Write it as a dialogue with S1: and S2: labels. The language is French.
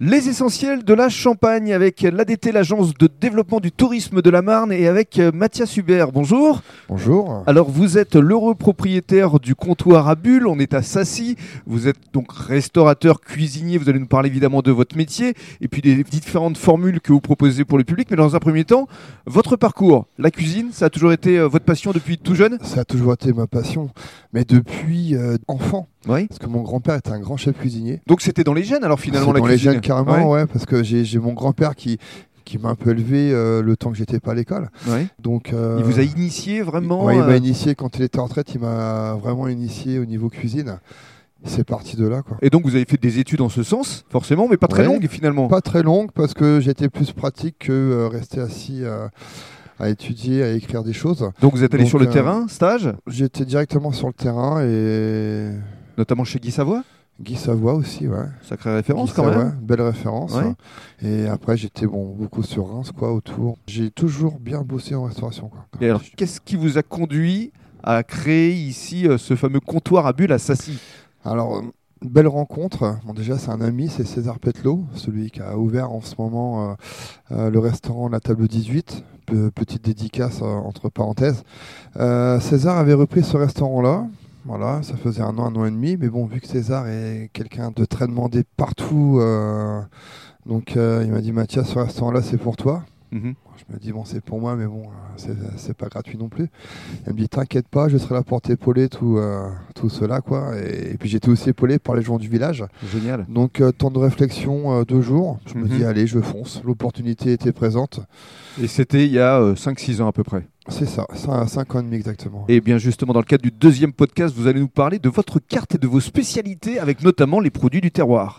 S1: Les essentiels de la Champagne avec l'ADT, l'agence de développement du tourisme de la Marne, et avec euh, Mathias Hubert. Bonjour.
S2: Bonjour.
S1: Alors, vous êtes l'heureux propriétaire du comptoir à bulles. On est à Sassy. Vous êtes donc restaurateur, cuisinier. Vous allez nous parler évidemment de votre métier et puis des différentes formules que vous proposez pour le public. Mais dans un premier temps, votre parcours. La cuisine, ça a toujours été euh, votre passion depuis tout jeune
S2: Ça a toujours été ma passion, mais depuis euh, enfant,
S1: Oui.
S2: parce que mon grand-père était un grand chef cuisinier.
S1: Donc, c'était dans les gènes alors finalement
S2: C'est
S1: la
S2: dans les
S1: cuisine
S2: jeunes carrément, ouais. parce que j'ai j'ai mon grand-père qui qui m'a un peu élevé euh, le temps que j'étais pas à l'école.
S1: Ouais, ouais.
S2: Donc euh,
S1: Il vous a initié vraiment
S2: ouais, il m'a
S1: euh,
S2: initié quand il était en retraite, il m'a vraiment initié au niveau cuisine. C'est parti de là quoi.
S1: Et donc vous avez fait des études en ce sens, forcément, mais pas très
S2: Ouais.
S1: longues finalement.
S2: Pas très longue parce que j'étais plus pratique que euh, rester assis euh, à étudier, à écrire des choses.
S1: Donc vous êtes allé
S2: Donc,
S1: sur le
S2: euh,
S1: terrain, stage,
S2: J'étais directement sur le terrain et
S1: notamment chez Guy Savoie,
S2: Guy Savoie aussi, ouais.
S1: sacrée référence
S2: Guy
S1: quand
S2: Savoie,
S1: même.
S2: Belle référence.
S1: Ouais.
S2: hein. Et après, j'étais bon, beaucoup sur Reims, quoi, autour. J'ai toujours bien bossé en restauration, quoi.
S1: Et alors qu'est-ce qui vous a conduit à créer ici euh, ce fameux comptoir à bulles à Sassy
S2: Alors, euh, belle rencontre. Bon, déjà, c'est un ami, c'est César Petlot, celui qui a ouvert en ce moment euh, euh, le restaurant La Table 18. Pe- petite dédicace euh, entre parenthèses. Euh, César avait repris ce restaurant-là. Voilà, ça faisait un an, un an et demi. Mais bon, vu que César est quelqu'un de très demandé partout, euh, donc euh, il m'a dit Mathias, ce restaurant-là, c'est pour toi.
S1: Mhm.
S2: Je me dis, bon, c'est pour moi, mais bon, euh, c'est c'est pas gratuit non plus. Elle me dit, t'inquiète pas, je serai là pour t'épauler, tout, euh, tout cela, quoi. Et, et puis j'étais aussi épaulé par les gens du village.
S1: Génial.
S2: Donc, euh, temps de réflexion, euh, deux jours. Je me
S1: Mhm.
S2: dis, allez, je fonce. L'opportunité était présente.
S1: Et c'était il y a euh, 5-6 ans à peu près.
S2: C'est ça, 5 ans et demi exactement.
S1: Et bien justement dans le cadre du deuxième podcast, vous allez nous parler de votre carte et de vos spécialités avec notamment les produits du terroir.